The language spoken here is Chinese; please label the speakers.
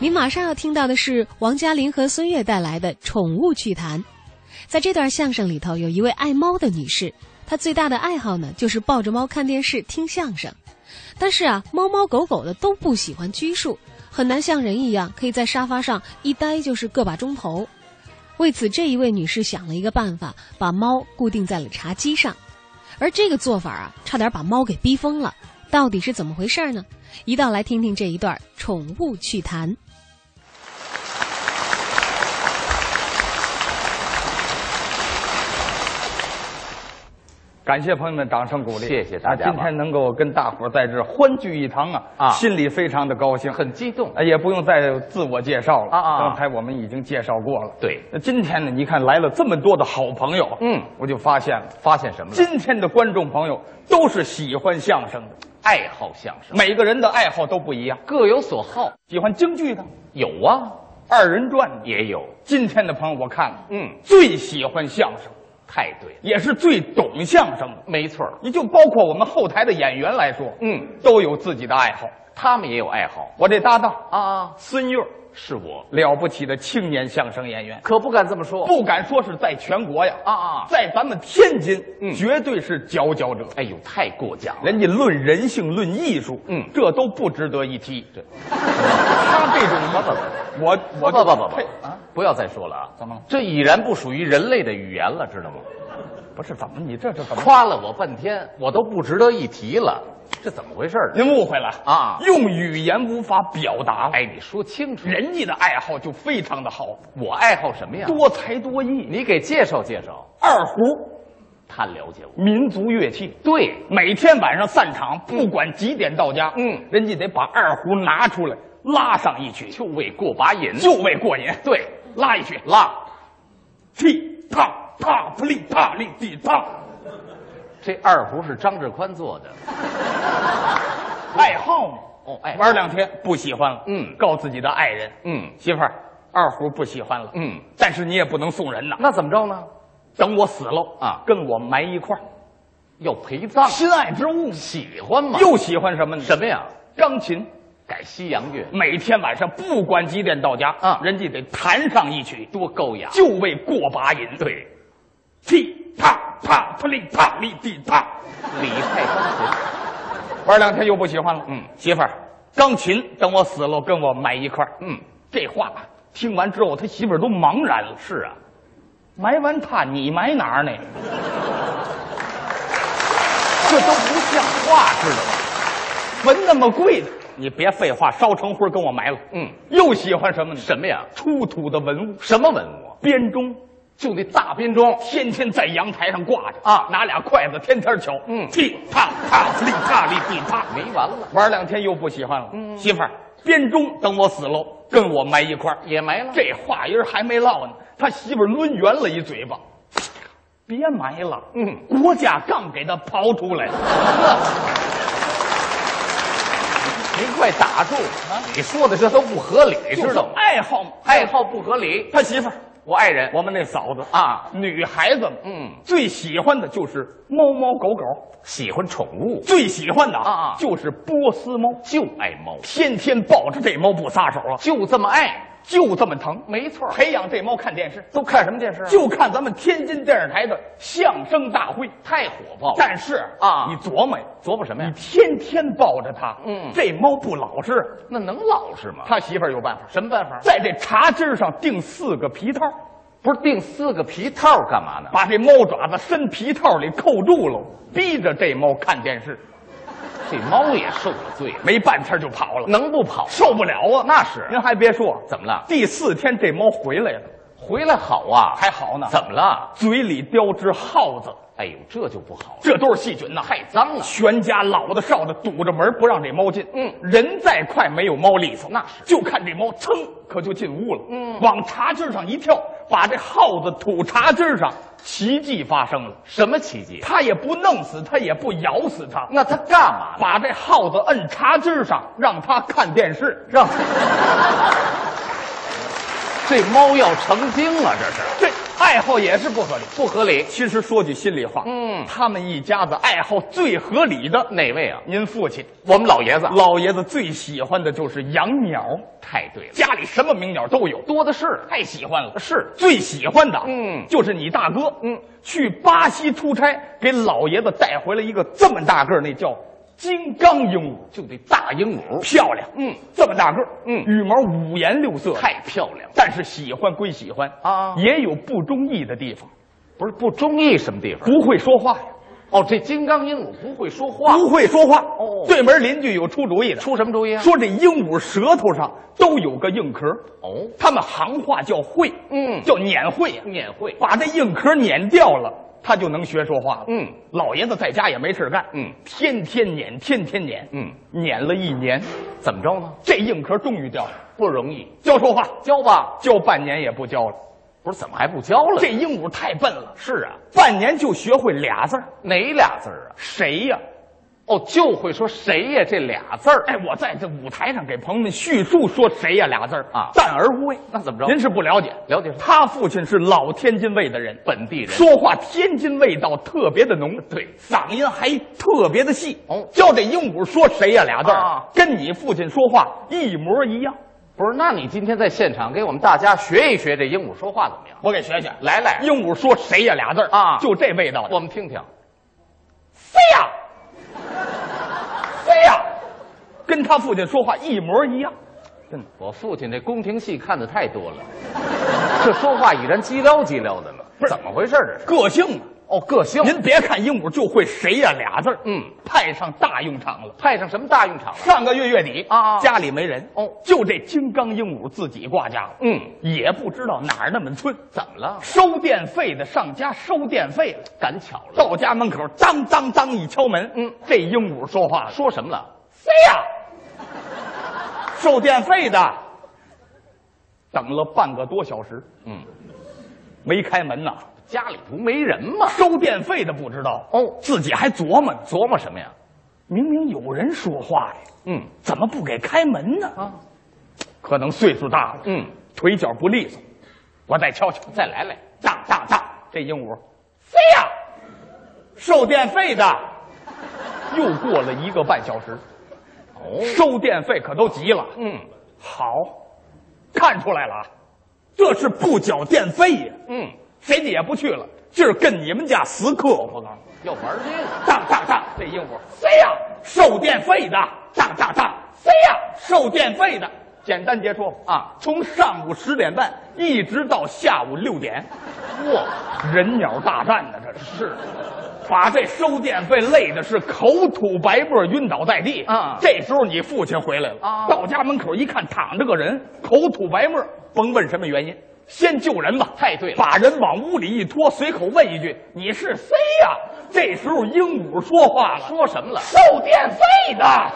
Speaker 1: 您马上要听到的是王嘉林和孙越带来的《宠物趣谈》。在这段相声里头，有一位爱猫的女士，她最大的爱好呢就是抱着猫看电视、听相声。但是啊，猫猫狗狗的都不喜欢拘束，很难像人一样可以在沙发上一待就是个把钟头。为此，这一位女士想了一个办法，把猫固定在了茶几上。而这个做法啊，差点把猫给逼疯了。到底是怎么回事呢？一道来听听这一段宠物趣谈。
Speaker 2: 感谢朋友们掌声鼓励，
Speaker 3: 谢谢大家
Speaker 2: 啊！今天能够跟大伙儿在这儿欢聚一堂啊，
Speaker 3: 啊
Speaker 2: 心里非常的高兴，
Speaker 3: 很激动。
Speaker 2: 哎也不用再自我介绍了
Speaker 3: 啊啊啊
Speaker 2: 刚才我们已经介绍过了。
Speaker 3: 对
Speaker 2: 那今天呢，你看来了这么多的好朋友，
Speaker 3: 嗯
Speaker 2: 我就发现了，
Speaker 3: 发现什么了？
Speaker 2: 今天的观众朋友都是喜欢相声的，
Speaker 3: 爱好相声，
Speaker 2: 每个人的爱好都不一样，
Speaker 3: 各有所好。
Speaker 2: 喜欢京剧的、
Speaker 3: 有啊，
Speaker 2: 二人转的。
Speaker 3: 也有。
Speaker 2: 今天的朋友我看了，
Speaker 3: 嗯，
Speaker 2: 最喜欢相声，
Speaker 3: 太对了，
Speaker 2: 也是最懂相声的。
Speaker 3: 没错儿。
Speaker 2: 你就包括我们后台的演员来说，
Speaker 3: 嗯，
Speaker 2: 都有自己的爱好。
Speaker 3: 他们也有爱好
Speaker 2: 我这搭档
Speaker 3: 啊。
Speaker 2: 孙悦，
Speaker 3: 是我，
Speaker 2: 了不起的青年相声演员，
Speaker 3: 可不敢这么说。
Speaker 2: 不敢说是在全国呀，
Speaker 3: 啊啊！
Speaker 2: 在咱们天津，
Speaker 3: 嗯
Speaker 2: 绝对是佼佼者。
Speaker 3: 哎呦，太过奖了。
Speaker 2: 人家论人性、论艺术，
Speaker 3: 嗯
Speaker 2: 这都不值得一提。 他这种
Speaker 3: 不不
Speaker 2: 我
Speaker 3: 不
Speaker 2: 我
Speaker 3: 不不不
Speaker 2: 呸
Speaker 3: 不
Speaker 2: 啊！
Speaker 3: 不要再说了啊！
Speaker 2: 怎么了
Speaker 3: 这已然不属于人类的语言了，知道吗？
Speaker 2: 不是怎么你这这怎么？
Speaker 3: 夸了我半天，我都不值得一提了，这怎么回事呢？
Speaker 2: 您误会了
Speaker 3: 啊
Speaker 2: 用语言无法表达了。
Speaker 3: 哎，你说清楚，
Speaker 2: 人家的爱好就非常的好，
Speaker 3: 我爱好什么哎呀？
Speaker 2: 多才多艺，
Speaker 3: 你给介绍介绍，
Speaker 2: 二胡、
Speaker 3: 他了解我。
Speaker 2: 民族乐器。
Speaker 3: 对，
Speaker 2: 每天晚上散场，不管几点到家，
Speaker 3: 嗯
Speaker 2: 人家得把二胡拿出来拉上一曲，
Speaker 3: 就为过把瘾。
Speaker 2: 就为过瘾。
Speaker 3: 对，
Speaker 2: 拉一曲，
Speaker 3: 拉
Speaker 2: 踢啪啪不利啪利地啪，
Speaker 3: 这二胡是张志宽做的，
Speaker 2: 爱好嘛。
Speaker 3: 哦爱好
Speaker 2: 玩两天不喜欢了，
Speaker 3: 嗯
Speaker 2: 告自己的爱人，
Speaker 3: 嗯
Speaker 2: 媳妇儿，二胡不喜欢了，
Speaker 3: 嗯，
Speaker 2: 但是你也不能送人呐，
Speaker 3: 那怎么着呢？
Speaker 2: 等我死喽
Speaker 3: 啊
Speaker 2: 跟我埋一块儿，
Speaker 3: 要陪葬，
Speaker 2: 心爱之物嘛。
Speaker 3: 喜欢嘛？
Speaker 2: 又喜欢什么呢？
Speaker 3: 什么呀？
Speaker 2: 钢琴。
Speaker 3: 改西洋乐，
Speaker 2: 每天晚上不管几点到家
Speaker 3: 啊
Speaker 2: 人家得弹上一曲，
Speaker 3: 多高雅。
Speaker 2: 就为过把瘾。对，踢啪啪啪哩啪哩地啪，
Speaker 3: 李泰钢
Speaker 2: 玩两天又不喜欢了。
Speaker 3: 嗯
Speaker 2: 媳妇儿，钢琴等我死了跟我埋一块儿。
Speaker 3: 琴，嗯，
Speaker 2: 这话听完之后，他媳妇儿都茫然了。是啊，埋完他你埋哪儿呢？这都不像话，知道吗？坟那么贵的，你别废话，烧成灰儿跟我埋了。
Speaker 3: 嗯，
Speaker 2: 又喜欢什么呢？
Speaker 3: 什么呀？
Speaker 2: 出土的文物，
Speaker 3: 什么文物啊？
Speaker 2: 编钟。
Speaker 3: 就那大编钟，
Speaker 2: 天天在阳台上挂着
Speaker 3: 啊
Speaker 2: 拿俩筷子天天敲，
Speaker 3: 嗯
Speaker 2: 踢踏踏哩踏哩地踏，
Speaker 3: 没完了，
Speaker 2: 玩两天又不喜欢了。
Speaker 3: 嗯
Speaker 2: 媳妇儿，编钟等我死喽，跟我埋一块儿。
Speaker 3: 也没了。
Speaker 2: 这话音儿还没落呢，他媳妇儿抡圆了一嘴巴，别埋了，
Speaker 3: 嗯
Speaker 2: 国家杠给他刨出来。
Speaker 3: 您快打住！你说的这都不合理，知道
Speaker 2: 啊就是
Speaker 3: 吗？
Speaker 2: 爱好嘛，
Speaker 3: 爱好不合理，
Speaker 2: 他媳妇儿，
Speaker 3: 我爱人，
Speaker 2: 我们那嫂子
Speaker 3: 啊，
Speaker 2: 女孩子嘛，
Speaker 3: 嗯
Speaker 2: 最喜欢的就是猫猫狗狗，
Speaker 3: 喜欢宠物，
Speaker 2: 最喜欢的
Speaker 3: 啊啊
Speaker 2: 就是波斯猫。
Speaker 3: 就爱猫，
Speaker 2: 天天抱着这猫不撒手啊，
Speaker 3: 就这么爱，
Speaker 2: 就这么疼。
Speaker 3: 没错儿。
Speaker 2: 培养这猫看电视，
Speaker 3: 都看什么电视啊？
Speaker 2: 就看咱们天津电视台的相声大会。
Speaker 3: 太火爆了。
Speaker 2: 但是
Speaker 3: 啊
Speaker 2: 你琢磨呀，
Speaker 3: 琢磨什么
Speaker 2: 你
Speaker 3: 呀？
Speaker 2: 天天抱着它，
Speaker 3: 嗯
Speaker 2: 这猫不老实。
Speaker 3: 那能老实吗？
Speaker 2: 他媳妇儿有办法，
Speaker 3: 什么办法？
Speaker 2: 在这茶几儿上钉四个皮套，
Speaker 3: 不是订四个皮套干嘛呢？
Speaker 2: 把这猫爪子伸皮套里扣住喽，逼着这猫看电视，
Speaker 3: 这猫也受了罪了，
Speaker 2: 没半天就跑了，
Speaker 3: 能不跑？
Speaker 2: 受不了啊！
Speaker 3: 那是
Speaker 2: 您还别说，
Speaker 3: 怎么了？
Speaker 2: 第四天这猫回来了，
Speaker 3: 回来好啊？
Speaker 2: 还好呢，
Speaker 3: 怎么了？
Speaker 2: 嘴里叼只耗子。
Speaker 3: 哎呦，这就不好了，
Speaker 2: 这都是细菌呐，
Speaker 3: 太脏了。
Speaker 2: 全家老的少的堵着门不让这猫进。
Speaker 3: 嗯
Speaker 2: 人再快没有猫利索，
Speaker 3: 那是
Speaker 2: 就看这猫噌可就进屋了。
Speaker 3: 嗯
Speaker 2: 往茶几上一跳，把这耗子吐茶几上，奇迹发生了。
Speaker 3: 什么奇迹？
Speaker 2: 他也不弄死它，也不咬死它，
Speaker 3: 那他干嘛呢？
Speaker 2: 把这耗子摁茶几上，让它看电视。
Speaker 3: 让这猫要成精了，这是
Speaker 2: 这爱
Speaker 3: 爱好也是不合理，不合理。
Speaker 2: 其实说句心里话，
Speaker 3: 嗯
Speaker 2: 他们一家子爱好最合理的，
Speaker 3: 哪位啊？
Speaker 2: 您父亲
Speaker 3: 我们老爷子啊
Speaker 2: 老爷子最喜欢的就是养鸟，
Speaker 3: 太对了，
Speaker 2: 家里什么鸣鸟都有，
Speaker 3: 多的是。
Speaker 2: 太喜欢了。
Speaker 3: 是
Speaker 2: 最喜欢的，
Speaker 3: 嗯
Speaker 2: 就是你大哥，
Speaker 3: 嗯，
Speaker 2: 去巴西出差，给老爷子带回来一个这么大个儿，那叫金刚鹦鹉，
Speaker 3: 就这大鹦鹉
Speaker 2: 漂亮，
Speaker 3: 嗯，
Speaker 2: 这么大个儿，
Speaker 3: 嗯
Speaker 2: 羽毛五颜六色，
Speaker 3: 太漂亮了，
Speaker 2: 但是喜欢归喜欢
Speaker 3: 啊
Speaker 2: 也有不中意的地方，
Speaker 3: 不是不中意什么地方？
Speaker 2: 不会说话呀，
Speaker 3: 哦，这金刚鹦鹉不会说话，
Speaker 2: 不会说话。
Speaker 3: 哦
Speaker 2: 对门邻居有出主意的，
Speaker 3: 出什么主意啊？
Speaker 2: 说这鹦鹉舌头上都有个硬壳，
Speaker 3: 哦，
Speaker 2: 他们行话叫喙，
Speaker 3: 嗯
Speaker 2: 叫撵喙呀，
Speaker 3: 免会。
Speaker 2: 把这硬壳撵掉了，他就能学说话了。
Speaker 3: 嗯，
Speaker 2: 老爷子在家也没事干，
Speaker 3: 嗯
Speaker 2: 天天撵，天天撵，
Speaker 3: 嗯，
Speaker 2: 撵了一年，
Speaker 3: 怎么着呢？
Speaker 2: 这硬壳终于掉了，
Speaker 3: 不容易，
Speaker 2: 教说话，
Speaker 3: 教吧？
Speaker 2: 教半年也不教了。
Speaker 3: 不是怎么还不教了？
Speaker 2: 这鹦鹉太笨了，
Speaker 3: 是啊，
Speaker 2: 半年就学会俩字儿，
Speaker 3: 哪俩字儿啊？
Speaker 2: 谁呀、
Speaker 3: 哦，就会说谁呀这俩字儿。
Speaker 2: 哎，我在这舞台上给朋友们叙述说谁呀、俩字儿
Speaker 3: 啊
Speaker 2: 淡而无味。
Speaker 3: 那怎么着？
Speaker 2: 您是不了解，
Speaker 3: 了解
Speaker 2: 他父亲是老天津卫的人，
Speaker 3: 本地人
Speaker 2: 说话天津味道特别的浓，对，嗓音还特别的细。
Speaker 3: 哦
Speaker 2: 教这鹦鹉说谁呀、俩字儿、
Speaker 3: 啊
Speaker 2: 跟你父亲说话一模一样。
Speaker 3: 不是？那你今天在现场给我们大家学一学这鹦鹉说话怎么样？
Speaker 2: 我给学学，
Speaker 3: 来来
Speaker 2: 鹦鹉说谁呀、俩字儿
Speaker 3: 啊
Speaker 2: 就这味道的。
Speaker 3: 我们听听。
Speaker 2: 飞呀， 飞呀，跟他父亲说话一模一样。真的，
Speaker 3: 我父亲这宫廷戏看的太多了，这说话已然叽撩叽撩的了，
Speaker 2: 不是
Speaker 3: 怎么回事儿这是？
Speaker 2: 个性啊。
Speaker 3: 哦，个性。
Speaker 2: 您别看鹦鹉就会谁呀、俩字儿，
Speaker 3: 嗯，
Speaker 2: 派上大用场了。
Speaker 3: 派上什么大用场了？
Speaker 2: 上个月月底
Speaker 3: 啊啊
Speaker 2: 家里没人
Speaker 3: 哦
Speaker 2: 就这金刚鹦鹉自己挂家了。
Speaker 3: 嗯
Speaker 2: 也不知道哪儿那么寸，
Speaker 3: 怎么了？
Speaker 2: 收电费的上家收电费了，
Speaker 3: 赶巧了。
Speaker 2: 到家门口当当当一敲门，
Speaker 3: 嗯，
Speaker 2: 这鹦鹉说话了，
Speaker 3: 说什么了？
Speaker 2: 飞呀、收电费的，等了半个多小时
Speaker 3: 嗯，
Speaker 2: 没开门呐，
Speaker 3: 家里不没人吗？
Speaker 2: 收电费的不知道
Speaker 3: 哦
Speaker 2: 自己还琢磨呢，
Speaker 3: 琢磨什么呀？
Speaker 2: 明明有人说话呀，
Speaker 3: 嗯
Speaker 2: 怎么不给开门呢？
Speaker 3: 啊，
Speaker 2: 可能岁数大了，
Speaker 3: 嗯，
Speaker 2: 腿脚不利索，我再敲敲，
Speaker 3: 再来来。
Speaker 2: 当当当，这鹦鹉飞呀、收电费的。又过了一个半小时，
Speaker 3: 哦，
Speaker 2: 收电费可都急了。
Speaker 3: 嗯
Speaker 2: 好，看出来了啊，这是不缴电费呀，
Speaker 3: 嗯，
Speaker 2: 谁的也不去了，今儿跟你们家死磕，我告诉你，
Speaker 3: 要玩这个。
Speaker 2: 当当当，
Speaker 3: 这鹦鹉
Speaker 2: 飞呀，收电费的，当当当，飞呀，收电费的。简单截说
Speaker 3: 啊，
Speaker 2: 从上午十点半一直到下午六点，
Speaker 3: 哇，
Speaker 2: 人鸟大战呢，这是。把这收电费累的是口吐白沫，晕倒在地
Speaker 3: 啊
Speaker 2: 这时候你父亲回来了
Speaker 3: 啊
Speaker 2: 到家门口一看，躺着个人，口吐白沫，甭问什么原因，先救人吧。
Speaker 3: 太对了
Speaker 2: 把人往屋里一拖，随口问一句：“你是谁呀、这时候鹦鹉说话了，
Speaker 3: 说什么了？
Speaker 2: 收电费的。